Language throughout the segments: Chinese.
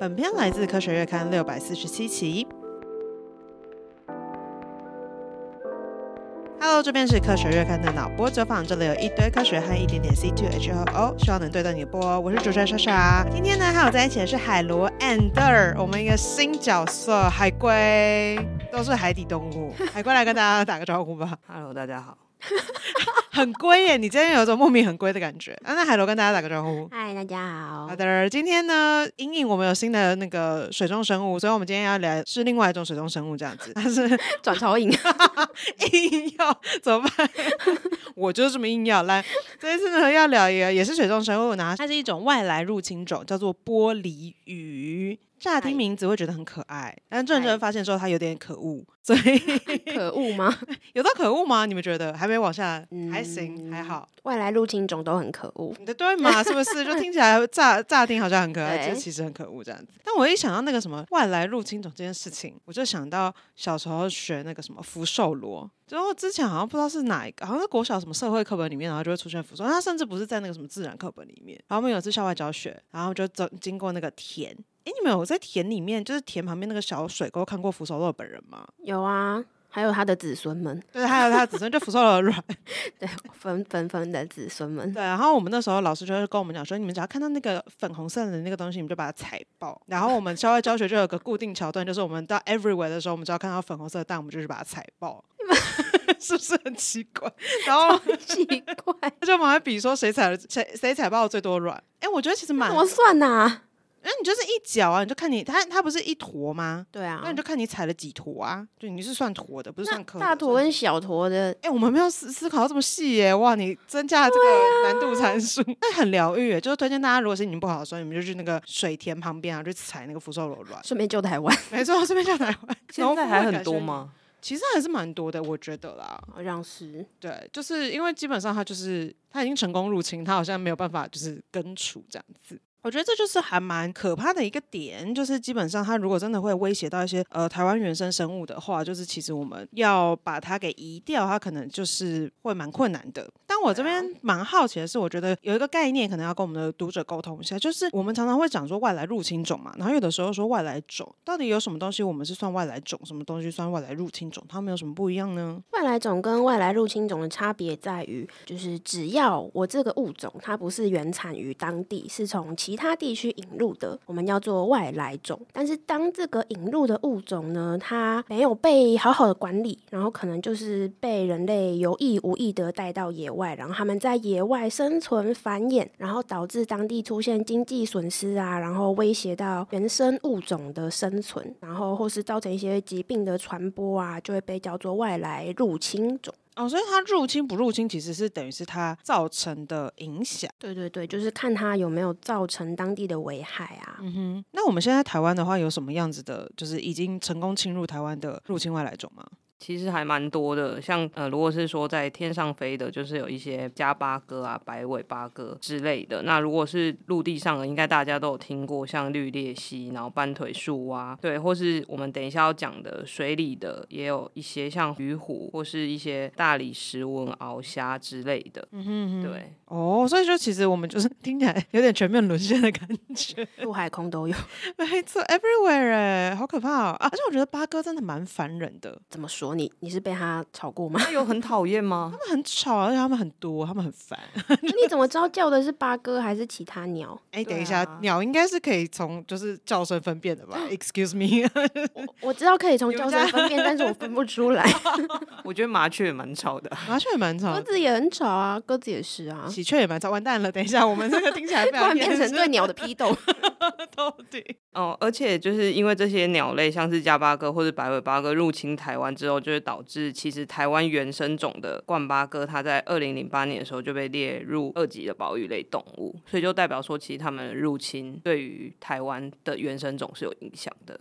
本片来自《科学月刊》六百四十七期。Hello，这边是《科学月刊》的脑波酒坊，这里有一堆科学和一点点 C two H O O，希望能对到你的波哦。我是主持人莎莎，今天呢还有在一起的是海螺 and 我们一个新角色海龟，都是海底动物。海龟来跟大家打个招呼吧。 Hello，大家好。 很龟耶！你今天有一种莫名很龟的感觉。啊，那海螺跟大家打个招呼。嗨，大家好。好的，今天呢，因应我们有新的那个水中生物，所以我们今天要聊是另外一种水中生物，这 样子。但是转潮影，硬要怎么办？我就是这么硬要来。这一次呢，要聊一个也是水中生物呢，它是一种外来入侵种，叫做玻璃鱼。乍听嗨名字会觉得很可爱，但真正嗨发现之后，它有点可恶。所以 可恶吗？有到可恶吗？你们觉得？还没往下，还行，嗯还好。外来入侵种都很可恶。你的对嘛？是不是？就听起来乍乍听好像很可爱，其对实其实很可恶这样子。但我一想到那个什么外来入侵种这件事情，我就想到小时候学那个什么福寿螺。然后之前好像不知道是哪一个，好像是国小什么社会课本里面，然后就会出现福寿螺。它甚至不是在那个什么自然课本里面。然后我们有一次校外教学，然后就走经过那个田。诶，你们有在田里面，就是田旁边那个小水沟看过福寿螺本人吗？有啊，还有他的子孙们，对，还有它的子孙，就福寿螺的卵。对，纷纷纷的子孙们。对，然后我们那时候老师就会跟我们讲说，你们只要看到那个粉红色的那个东西，你们就把它踩爆。然后我们校外教学就有个固定桥段，就是我们到 everywhere 的时候，我们只要看到粉红色的蛋，我们就是把它踩 爆。是不是很奇怪？然后奇怪，他就往外比说谁踩了谁谁踩爆的最多卵。哎，我觉得其实蛮怎，么算啊呐、那你就是一脚啊，你就看你它它不是一坨吗？对啊那，你就看你踩了几坨啊？就你是算坨的，不是算颗的。大坨算跟小坨的，哎、我们没有思思考到这么细耶！哇，你增加了这个啊难度参数， 那、很疗愈耶。就是推荐大家，如果心情不好的时候，你们就去那个水田旁边啊，去采那个福寿螺卵。 顺便救台湾，没错，这边叫台湾。现农在夫还会 很感多谢你？吗？其实还是蛮多的，我觉得啦。好像是。对，就是因为基本上它就是它已经成功入侵，它好像没有办法就是根除这样子。我觉得这就是还蛮可怕的一个点，就是基本上它如果真的会威胁到一些呃台湾原生生物的话，就是其实我们要把它给移掉，它可能就是会蛮困难的。但我这对啊边蛮好奇的是，我觉得有一个概念可能要跟我们的读者沟通一下，就是我们常常会讲说外来入侵种嘛，然后有的时候说外来种，到底有什么东西我们是算外来种，什么东西算外来入侵种，它们有什么不一样呢？外来种跟外来入侵种的差别在于，就是只要我这个物种它不是原产于当地，是从其他地区引入的，我们叫做外来种。但是当这个引入的物种呢，它没有被好好的管理，然后可能就是被人类有意无意的带到野外，然后他们在野外生存繁衍，然后导致当地出现经济损失啊，然后威胁到原生物种的生存，然后或是造成一些疾病的传播啊，就会被叫做外来入侵种。哦，所以它入侵不入侵，其实是等于是它造成的影响。对对对，就是看它有没有造成当地的危害啊。嗯哼，那我们现在台湾的话，有什么样子的，就是已经成功侵入台湾的入侵外来种吗？其实还蛮多的，像呃，如果是说在天上飞的，就是有一些加八哥啊、白尾八哥之类的。那如果是陆地上的，应该大家都有听过，像绿鬣蜥，然后斑腿树蛙，对，或是我们等一下要讲的水里的，也有一些像鱼虎或是一些大理石纹鳌虾之类的。嗯哼对， 哦，所以就其实我们就是 听起来有点全面沦陷的感觉，陆海空都有， 没错，everywhere，哎好可怕、哦、啊！而且我觉得八哥真的蛮烦人的，怎么说你？你是被它吵过吗？ 那有很讨厌吗？他们很吵，而且他们很多，他们很 烦。你怎么知道叫的是八哥还是其他鸟？哎、等一对下，啊鸟应该是可以从就是叫声分辨的 吧？Excuse me，我知道可以从你们叫家声分辨，但是我分不出来。我觉得麻雀也蛮吵的。麻雀也蛮吵鸽的，子也很吵啊，鸽子也是啊，喜鹊也蛮吵。完蛋了，等一下，我们这个听起来非 突常然变厌成世对 鸟的批斗。到底。哦，而且就是因为这些鸟类，像是加巴哥或者白尾巴哥入侵台湾之后，就会导致其实台湾原生种的冠巴哥，它在二零零八年的时候就被列入二级的保育类动物，所以就代表说，其实它们的入侵对于台湾的原生种是有影响的。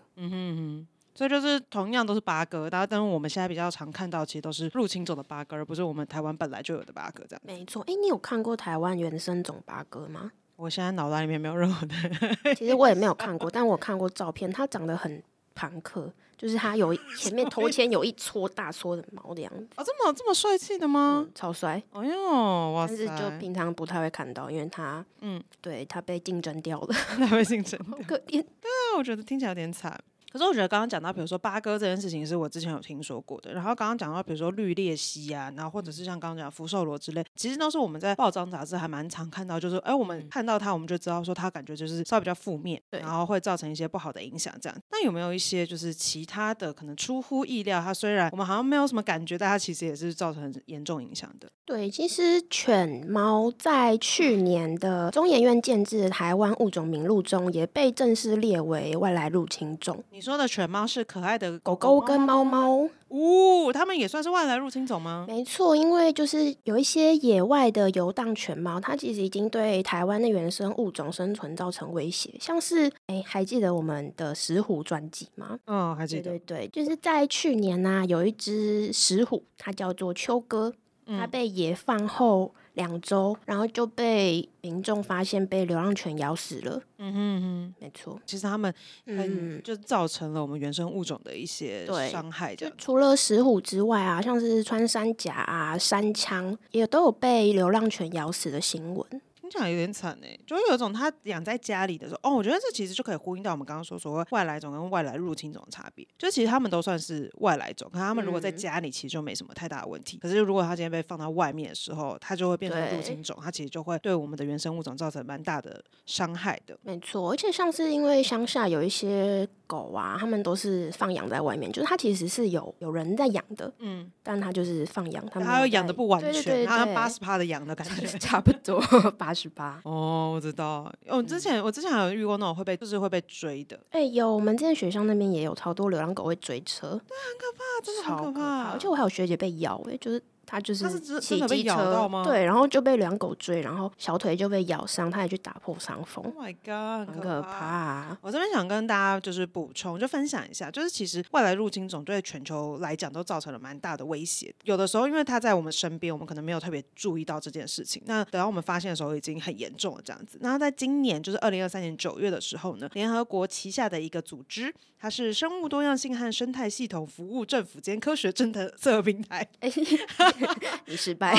所以就是同样都是八哥，然后但是我们现在比较常看到，其实都是入侵种的八哥，而不是我们台湾本来就有的八哥这样。没错，哎，你有看过台湾原生种八哥吗？我现在脑袋里面没有任何的， 其实我也没有看过，但我看过照片，它长得很朋克，就是它 有一前面头前有一撮大撮的毛的样子，哦，这么这么帅气的吗嗯？，超帅。哎呦，哇但塞！是就 平常不太会看到，因为它，嗯嗯，对，它被竞争掉 了。太会竞争。可怜那我觉得听起来有点惨。可是我觉得刚刚讲到，比如说八哥这件事情，是我之前有听说过的。然后刚刚讲到，比如说绿鬣蜥啊，然后或者是像刚刚讲福寿螺之类，其实都是我们在报章杂志还蛮常看到，就是哎，我们看到它，我们就知道说它感觉就是稍微比较负面，对然后会造成一些不好的影响这样。那有没有一些就是其他的可能出乎意料？它虽然我们好像没有什么感觉，但它其实也是造成严重影响的。对，其实犬猫在去年的中研院建制台湾物种名录中，也被正式列为外来入侵种。你说的犬猫是可爱的狗狗狗吗跟猫猫，呜、它们也算是外来入侵种吗？没错，因为就是有一些野外的游荡犬猫，它其实已经对台湾的原生物种生存造成威胁。像是，哎，还记得我们的石虎专辑吗？嗯，还记对得。对对，就是在去年呐、有一只石虎，它叫做秋哥，它被野放后两周，然后就被民众发现被流浪犬咬死了。嗯哼嗯哼。没错，其实它们很嗯，就造成了我们原生物种的一些对伤害，这就样除了石虎之外啊，像是穿山甲啊、山枪，也都有被流浪犬咬死的新闻。听起来有点惨哎、就会有一种它养在家里的时候，哦，我觉得这其实就可以呼应到我们刚刚说所谓外来种跟外来入侵种的差别，就其实它们都算是外来种，可它们如果在嗯家里其实就没什么太大的问题，可是如果它今天被放到外面的时候，它就会变成入对侵种，它其实就会对我们的原生物种造成蛮大的伤害的。没错，而且像是因为乡下有一些狗啊，它们都是放养在外面，就是它其实是有有人在养的，嗯，但它就是放养，它们它没有又养在的不完对对全，对它对八十趴的养的感觉，。差不多八十八 哦，我知道。哦，嗯之前、我之前还有遇过那种会被，就是会被追的，哎、有我们之前学校那边也有超多流浪狗会追车，啊，真的很超可可怕。而且我还有学姐被咬、哎，就是她就她是真骑真的被机咬到车吗，对，然后就被流浪狗追，然后小腿就被咬伤，她也去打破伤风 Oh，my god，很可怕、啊。我这边想跟大家就是补充，就分享一下，就是其实外来入侵种对全球来讲都造成了蛮大的威胁。有的时候因为它在我们身边，我们可能没有特别注意到这件事情。那等到我们发现的时候，已经很严重了这样子。那在今年就是二零二三年九月的时候呢，联合国旗下的一个组织，它是生物多样性和生态系统服务政府间科学政策平台，哎、 你失败。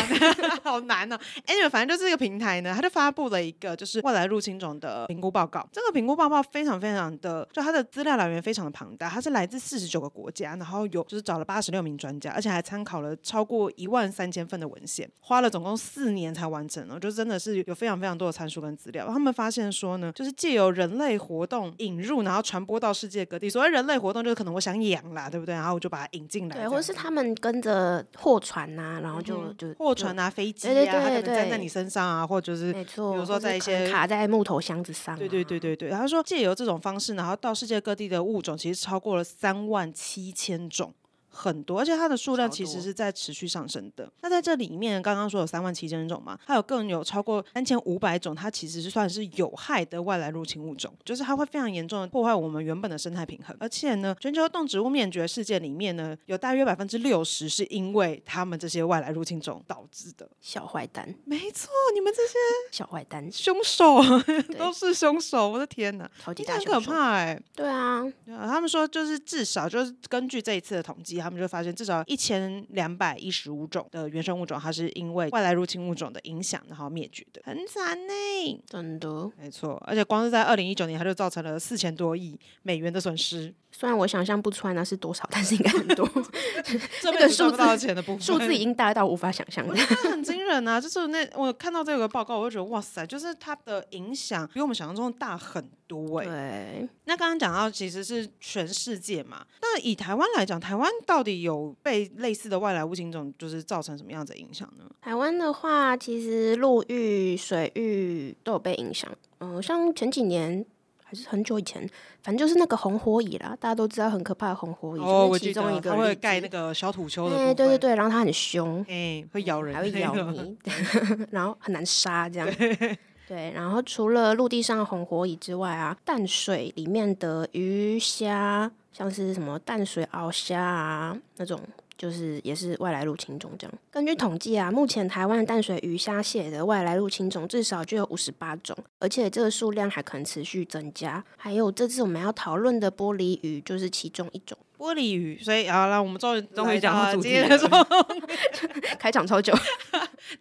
好难哦、Anyway，反正就是这个平台呢，它就发布了一个就是外来入侵种的评估报告。这个评估报告非常非常的，就它的资料来源非常的庞大，它是来自四十九个国家，然后有就是找了八十六名专家，而且还参考了超过一万三千份的文献，花了总共四年才完成哦，就真的是有非常非常多的参数跟资料。他们发现说呢，就是借由人类活动引入，然后传播到世界各地。所谓人类活动，就是可能我想养啦，对不对？然后我就把它引进来这对，样子，嗯或者是他们跟着货船呐、然后就、就货船、啊、飞机啊，对对它可能对站在对你身上啊，或者就是就没错，比如说或是在一可能些卡在木头箱子上、啊，对对对对对，他说借由这种方式，然后到世界各地的物种其实超过了三万七千种。很多，而且它的数量超其实多是在持续上升的。那在这里面，刚刚说有三万七千种嘛，还有更有超过三千五百种，它其实是算是有害的外来入侵物种，就是它会非常严重的破坏我们原本的生态平衡。而且呢，全球动植物灭绝事件里面呢，有大约百分之六十是因为他们这些外来入侵种导致的。小坏蛋，没错，你们这些小坏蛋，凶手 对都是凶手，我的天哪！超级听起大来很可凶手。怕哎、对啊，对啊他们说就是至少就是根据这一次的统计，他们就发现至少一千两百一十五种的原生物种，它是因为外来入侵物种的影响然后灭绝的，很惨呢、真的。没错，而且光是在二零一九年，它就造成了四千多亿美元的损失，虽然我想象不出来那是多少，但是应该很 多，这个辈子赚数不到字钱的部 分，数字已经大到无法想象了。那 很惊人啊！就是那我看到这个报告，我就觉得哇塞，就是它的影响比我们想象中的大很多哎、 对，那刚刚讲到其实是全世界嘛，那以台湾来讲，台湾到底有被类似的外来物品种就是造成什么样子的影响呢？台湾的话，其实陆域、水域都有被影响。嗯、像前几年还是很久以前，反正就是那个红火蚁啦，大家都知道很可怕的红火蚁，哦就是其中一个它例会子盖那个小土丘的部哎、分，对对对，然后它很凶，对，哎，会咬人，还会咬你，然后很难杀这样。对，然后除了陆地上的红火蚁之外啊，淡水里面的鱼虾，像是什么淡水鳌虾啊那种，就是也是外来入侵种这样。根据统计啊，目前台湾的淡水鱼虾蟹的外来入侵种至少就有五十八种，而且这个数量还可能持续增加。还有这次我们要讨论的玻璃鱼就是其中一种。玻璃鱼，所以好了，我们终于终于来讲到了主今题天的了重， 开场超久，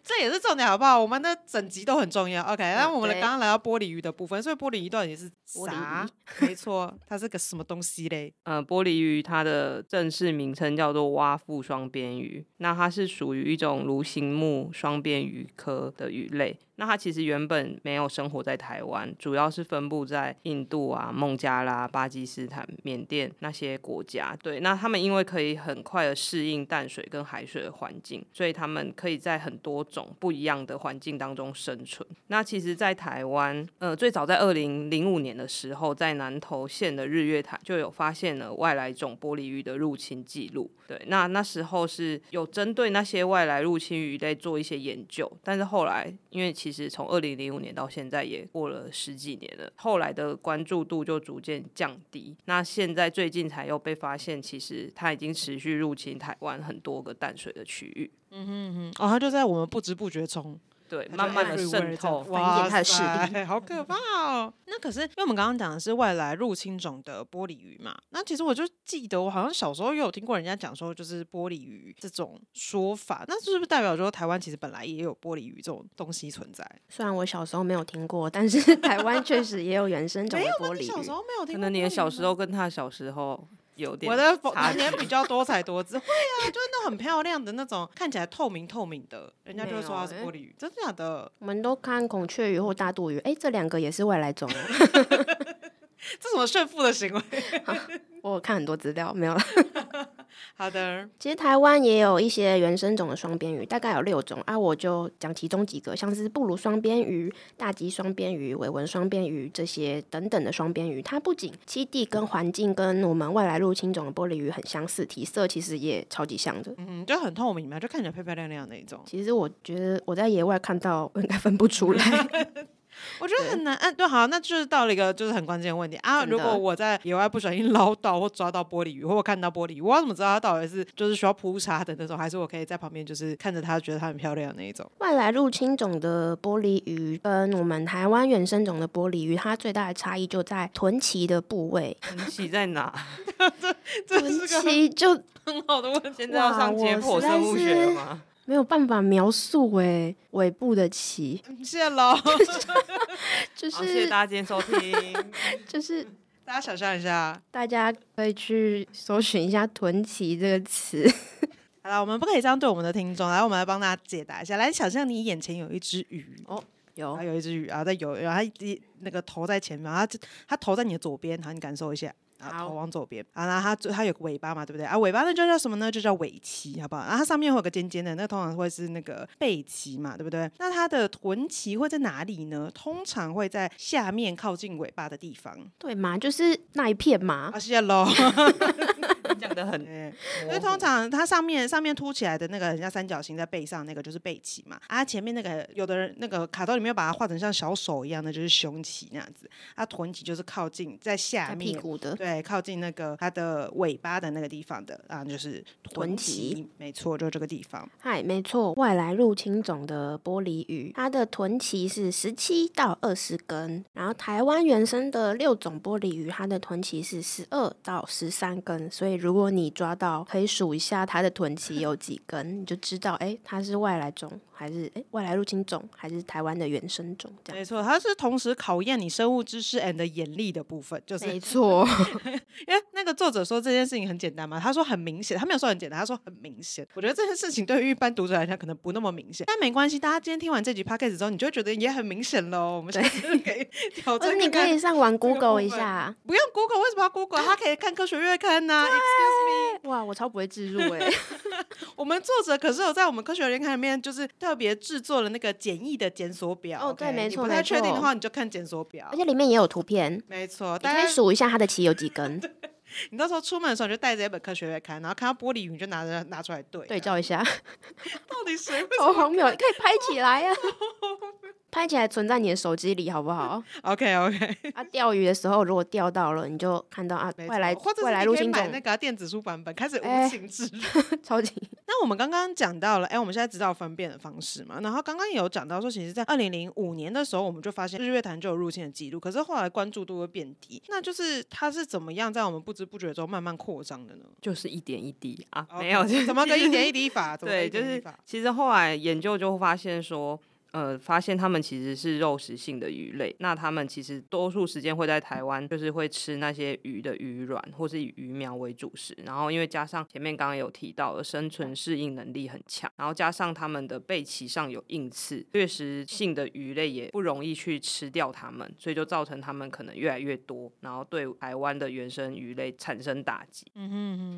这也是重点好不好？我们的整集都很重要。OK，那我们哦对刚刚来到玻璃鱼的部分，所以玻璃鱼到底是玻璃啥？ 没错，它是个什么东西嘞？呃，玻璃鱼它的正式名称叫做蛙腹双边鱼，那它是属于一种鲈形目双边鱼科的鱼类。那它其实原本没有生活在台湾，主要是分布在印度啊、孟加拉、巴基斯坦、缅甸那些国家。对，那他们因为可以很快的适应淡水跟海水的环境，所以他们可以在很多种不一样的环境当中生存。那其实，在台湾，呃，最早在二零零五年的时候，在南投县的日月潭就有发现了外来种玻璃鱼的入侵记录。对，那那时候是有针对那些外来入侵鱼类做一些研究，但是后来，因为其实从二零零五年到现在也过了十几年了，后来的关注度就逐渐降低。那现在最近才又被发现，其实它已经持续入侵台湾很多个淡水的区域。嗯哦，它就在我们不知不觉中，对，它就慢慢的 everywhere 这渗样透，繁衍它的势哇力塞 好可怕哦。那可是因为我们刚刚讲的是外来入侵种的玻璃鱼嘛，那其实我就记得我好像小时候也有听过人家讲说，就是玻璃鱼这种说法，那是不是代表说台湾其实本来也有玻璃鱼这种东西存在？虽然我小时候没有听过，但是 台湾确实也有原生种的玻你璃小时鱼。候没有听过玻璃鱼吗？可能你的小时候跟他小时候有点我的差 童距年比较多彩多姿，会 啊，就是那种很漂亮的那种，看起来透明透明的，人家就会说它是没哦有玻欸璃鱼，真的假的？ 我们都看孔雀鱼或大肚鱼，哎、这两个也是外来种哦。 这什么炫富的行为？我有看很多资料，没有啦。好的，其实台湾也有一些原生种的双边鱼，大概有六种啊，我就讲其中几个，像是布鲁双边鱼、大吉双边鱼、尾纹双边鱼这些等等的双边鱼，它不仅栖地跟环境跟我们外来入侵种的玻璃鱼很相似，体色其实也超级像的。嗯，就很透明嘛，就看起来漂漂亮亮那一种。其实我觉得我在野外看到，我应该分不出来。我觉得很难，嗯，对，好，那就是到了一个就是很关键的问题啊。真的如果我在野外不小心捞到或抓到玻璃鱼，或我看到玻璃鱼，我要怎么知道它到底是就是需要扑杀的那种，还是我可以在旁边就是看着它，觉得它很漂亮的那一种？外来入侵种的玻璃鱼跟我们台湾原生种的玻璃鱼，它最大的差异就在臀鳍的部位，你起在 哪？这臀是个鳍就很好的问题。现在要上解剖生物学了吗？没有办法描述诶、尾部的鳍嗯谢喽， 就好，谢谢是大家今天收听。就是大家想象一下，大家可以去搜寻一下“臀鳍”这个词。好了，我们不可以这样对我们的听众。来，我们来帮大家解答一下。来，想象你眼前有一只鱼，有它有一只鱼啊，在游，然后它一那个头在前面，然后它这它头在你的左边，好，你感受一下。啊，好头往左边啊，然后它最它有个尾巴嘛，对不对？啊，尾巴那就叫什么呢？就叫尾鳍，好不好？然后它上面会有个尖尖的，那通常会是那个背鳍嘛，对不对？那它的臀鳍会在哪里呢？通常会在下面靠近尾巴的地方。对嘛？就是那一片嘛啊，。谢谢喽。你讲的很对哦模糊，所以通常它上面上面凸起来的那个很像三角形在背上那个就是背鳍嘛，啊前面那个有的人那个卡通里面把它画成像小手一样的就是胸鳍那样子，啊臀鳍就是靠近在下在面屁股的，对，靠近那个它的尾巴的那个地方的啊，就是臀臀鳍，没错，就这个地方。嗨，没错，外来入侵种的玻璃鱼，它的臀鳍是十七到二十根，然后台湾原生的六种玻璃鱼，它的臀鳍是十二到十三根，所以如果你抓到，可以数一下它的臀鳍有几根，你就知道，哎，它是外来种还是哎外来入侵种，还是台湾的原生种这样。没错，它是同时考验你生物知识 and 眼力的部分，就是没 错，因为那个作者说这件事情很简单嘛，他说很明显，他没有说很简单，他说很明显。我觉得这件事情对于一般读者来讲可能不那么明显，但没关系，大家今天听完这集 podcast 之后，你就会觉得也很明显喽。我们下次可 以挑或者战你看可看，以上网这个部 Google 一分下。不用 Google，为什么要 Google？他可以看科学月刊呐、Excuse me， 哇，我超不会置入哎、我们作者可是有在我们科学月刊里面就是特别制作了那个简易的检索表。哦 OK？对没你错不太没确定的错话，你就看检索表而。且里面也有图片，没错，你大可家以数一下它的鳍有几 根，你到时候出门的时候你就带着一本科学月刊，然后看到玻璃鱼你就拿着拿出来对对对，照一下。到底谁会 好荒谬！你可以拍起来呀、拍起来存在你的手机里好不好？ OK OK，啊，钓鱼的时候如果钓到了，你就看到啊，外来或者外是来你入可以侵买种那，个啊电子书版本，开始哎无情之入。 超级那 那我们刚刚讲到了，哎，我们现在知道分辨的方式嘛，然后刚刚也有讲到说，其实，在二零零五年的时候，我们就发现日月潭就有入侵的记录，可是后来关注度会变低，那就是它是怎么样在我们不知不觉中慢慢扩张的呢？哦 就是一点一滴啊，没有，就是怎么个一点一滴法？啊怎么个对，一就点一滴是法其实后来研究就发现说，呃，发现它们其实是肉食性的鱼类，那它们其实多数时间会在台湾，就是会吃那些鱼的鱼卵或是以鱼苗为主食，然后因为加上前面刚刚有提到的生存适应能力很强，然后加上它们的背鳍上有硬刺，掠食性的鱼类也不容易去吃掉它们，所以就造成它们可能越来越多，然后对台湾的原生鱼类产生打击。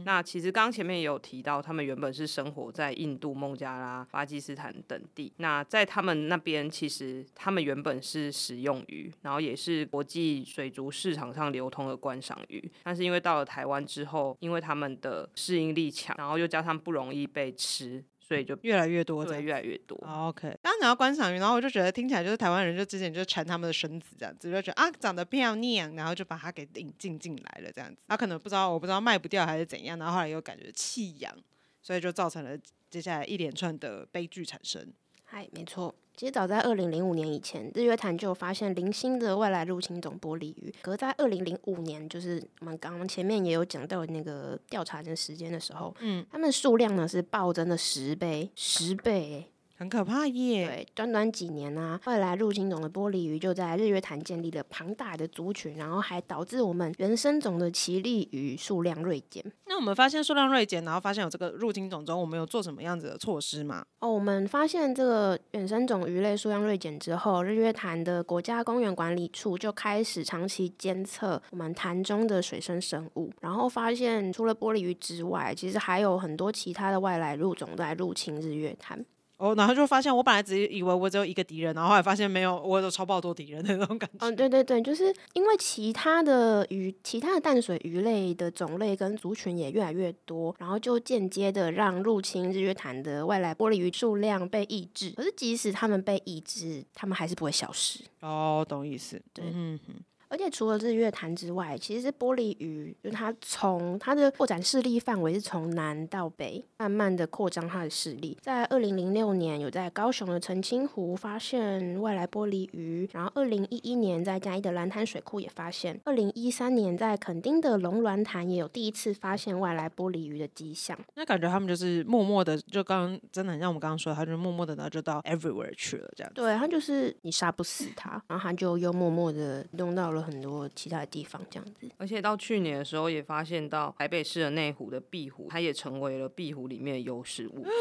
那其实刚刚前面也有提到，他们原本是生活在印度、孟加拉、巴基斯坦等地。那在他们那边，其实他们原本是食用鱼，然后也是国际水族市场上流通的观赏鱼。但是因为到了台湾之后，因为他们的适应力强，然后又加上不容易被吃，所以就越来越嗯多这对样。越来越多。哦 OK，刚刚讲到观赏鱼，然后我就觉得听起来就是台湾人就之前就馋他们的身子这样子，就觉得啊长得漂亮，然后就把它给引进进来了这样子。他可能不知道我不知道卖不掉还是怎样，然后后来又感觉弃养，所以就造成了接下来一连串的悲剧产生。嗨，哎没错。其实早在二零零五年以前，日月潭就有发现零星的外来入侵种玻璃鱼。可是在二零零五年，就是我们刚刚前面也有讲到那个调查的时间的时候，嗯，它们数量呢是暴增了十倍，十倍欸、很可怕耶！对，短短几年啊，外来入侵种的玻璃鱼就在日月潭建立了庞大的族群，然后还导致我们原生种的奇力鱼数量锐减。那我们发现数量锐减，然后发现有这个入侵种中，我们有做什么样子的措施吗？哦，我们发现这个原生种鱼类数量锐减之后，日月潭的国家公园管理处就开始长期监测我们潭中的水生生物，然后发现除了玻璃鱼之外，其实还有很多其他的外来入种在入侵日月潭。哦，然后就发现我本来只以为我只有一个敌人，然后后来发现没有，我有超爆多敌人的那种感觉。哦，对对对，就是因为其他的鱼、其他的淡水鱼类的种类跟族群也越来越多，然后就间接的让入侵日月潭的外来玻璃鱼数量被抑制。可是即使它们被抑制，它们还是不会消失。哦，懂意思。对嗯哼而且除了日月潭之外，其实玻璃鱼就是它从它的扩展势力范围是从南到北，慢慢的扩张它的势力。在二零零六年，有在高雄的澄清湖发现外来玻璃鱼，然后二零一一年在嘉义的蓝潭水库也发现，二零一三年在垦丁的龙銮潭也有第一次发现外来玻璃鱼的迹象。那感觉他们就是默默的，就刚刚真的很像我们刚刚说的，他就默默的，然后就到 everywhere 去了这样。对，它就是你杀不死它，然后它就又默默的弄到了很多其他的地方，这样子。而且到去年的时候，也发现到台北市的内湖的壁虎，它也成为了壁虎里面的优势物种，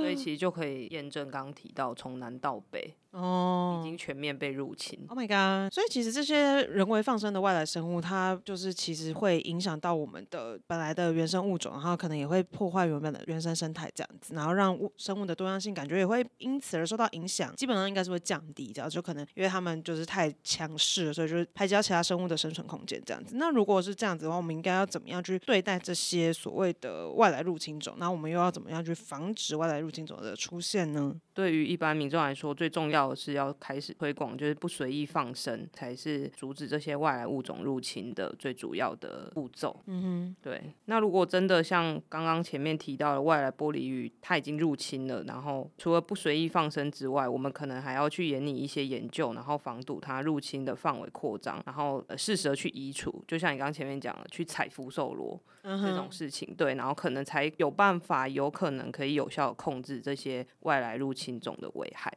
所以其实就可以验证刚刚提到从南到北已哦经全面被入侵。 ，Oh my god！所以其实这些人为放生的外来生物，它就是其实会影响到我们的本来的原生物种，然后可能也会破坏原本的原生生态这样子，然后让物生物的多样性感觉也会因此而受到影响，基本上应该是会降低这样，就可能因为他们就是太强势了，所以就是排挤到其他生物的生存空间这样子。那如果是这样子的话，我们应该要怎么样去对待这些所谓的外来入侵种？那我们又要怎么样去防止外来入侵种的出现呢？对于一般民众来说，最重要的是要开始推广，就是不随意放生，才是阻止这些外来物种入侵的最主要的步骤。嗯哼，对。那如果真的像刚刚前面提到的外来玻璃鱼，它已经入侵了，然后除了不随意放生之外，我们可能还要去研拟一些研究，然后防堵它入侵的范围扩张，然后呃适时的去移除。就像你刚刚前面讲的，去采福寿螺，这种事情，对，然后可能才有办法，有可能可以有效地控制这些外来入侵种的危害。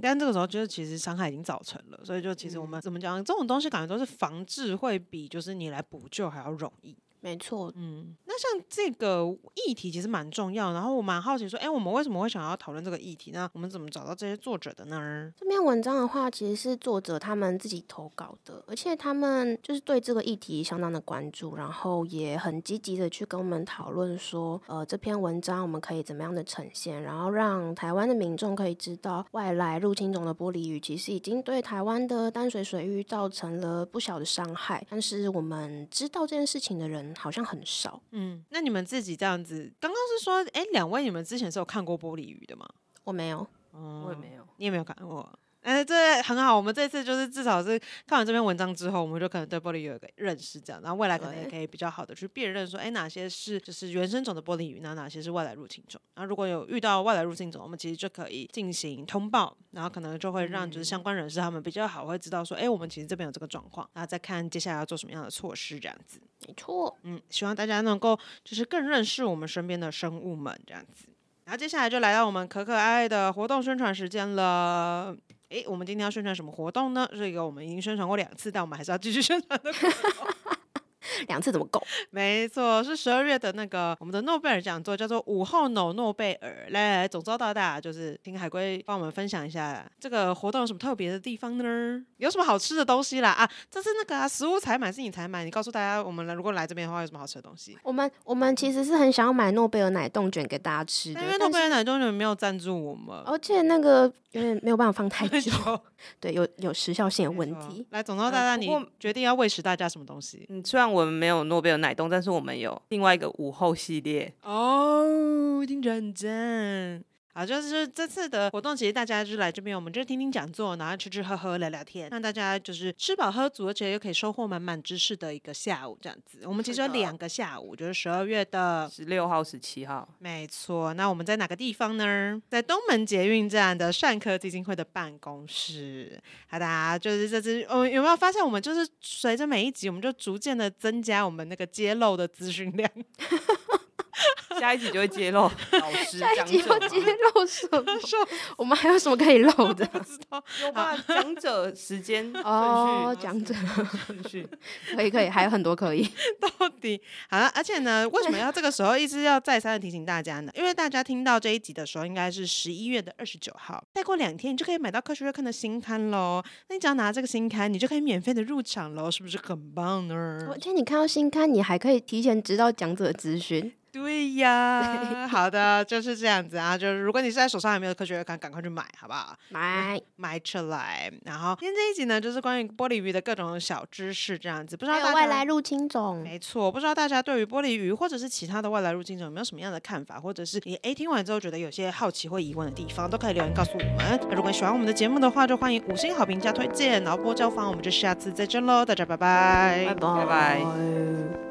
但这个时候就是其实伤害已经造成了，所以就其实我们怎么讲，这种东西感觉都是防治会比就是你来补救还要容易。嗯没错，这个议题其实蛮重要，然后我蛮好奇说，哎，我们为什么会想要讨论这个议题？那我们怎么找到这些作者的呢？这篇文章的话，其实是作者他们自己投稿的，而且他们就是对这个议题相当的关注，然后也很积极的去跟我们讨论说，呃，这篇文章我们可以怎么样的呈现，然后让台湾的民众可以知道，外来入侵种的玻璃鱼其实已经对台湾的淡水水域造成了不小的伤害，但是我们知道这件事情的人好像很少。嗯，那你们自己这样子，刚刚是说，哎，两位你们之前是有看过玻璃鱼的吗？我没有，我也没有，你也没有看过，哎，这很好。我们这次就是至少是看完这篇文章之后，我们就可能对玻璃鱼有一个认识，这样，然后未来可能也对可以比较好的去辨认说，哎，哪些是就是原生种的玻璃鱼，那哪些是外来入侵种。然后如果有遇到外来入侵种，我们其实就可以进行通报，然后可能就会让就是相关人士他们比较好会知道说，哎，我们其实这边有这个状况，然后再看接下来要做什么样的措施，这样子。没错，嗯，希望大家能够就是更认识我们身边的生物们这样子。然后接下来就来到我们可可爱爱的活动宣传时间了。诶，我们今天要宣传什么活动呢？这个我们已经宣传过两次，但我们还是要继续宣传 的。两次怎么够？没错，是十二月的那个我们的诺贝尔讲座，叫做“午后脑诺贝尔”。来来来，总招到大，就是听海龟帮我们分享一下这个活动有什么特别的地方呢？有什么好吃的东西啦？啊，这是那个啊，食物采买是你采买，你告诉大家，我们来如果来这边的话，有什么好吃的东西？我们我们其实是很想要买诺贝尔奶冻卷给大家吃的但因为，哎诺但贝是尔奶冻你们没有赞助我们，哦而且那个有点没有办法放太久， 有 对，有有时效性的没问错题。啊来，总之，大嗯家不你过决定要喂食大家什么东西？嗯，虽然我们没有诺贝尔奶冻，但是我们有另外一个午后系列，哦，听着很赞。好，就是这次的活动，其实大家就是来这边，我们就是听听讲座，然后吃吃喝喝聊聊天，让大家就是吃饱喝足，而且又可以收获满满知识的一个下午，这样子。我们其实有是的两个下午，就是十二月的，十六号、十七号。没错。那我们在哪个地方呢？在东门捷运站的善科基金会的办公室。好的啊，就是这次，我、们有没有发现，我们就是随着每一集，我们就逐渐的增加我们那个揭露的资讯量。 下一集就会揭露老师下一 讲集者要揭嘛， 露什 么？我们还有什么可以漏的？有吧？讲者时间哦啊顺，序，讲者 顺序。 可以可以，还有很多可以。到底好了，而且呢，为什么要这个时候一直要再三的提醒大家呢？因为大家听到这一集的时候，应该是十一月的二十九号，再过两天你就可以买到科学月刊的新刊喽。那你只要拿这个新刊，你就可以免费的入场喽，是不是很棒呢？我觉得你看到新刊，你还可以提前知道讲者资讯。 对呀，好的，就是这样子啊。就是如果你现在手上还没有科学月刊，赶快去买，好不好？来，买起来。然后今天这一集呢，就是关于玻璃鱼的各种小知识，这样子。不知道还大有家外来入侵种，没错，不知道大家对于玻璃鱼或者是其他的外来入侵者有没有什么样的看法，或者是你诶听完之后觉得有些好奇或疑问的地方，都可以留言告诉我们。那如果喜欢我们的节目的话，就欢迎五星好评加推荐，然后播交房，我们就下次再见喽，大家拜拜拜拜拜拜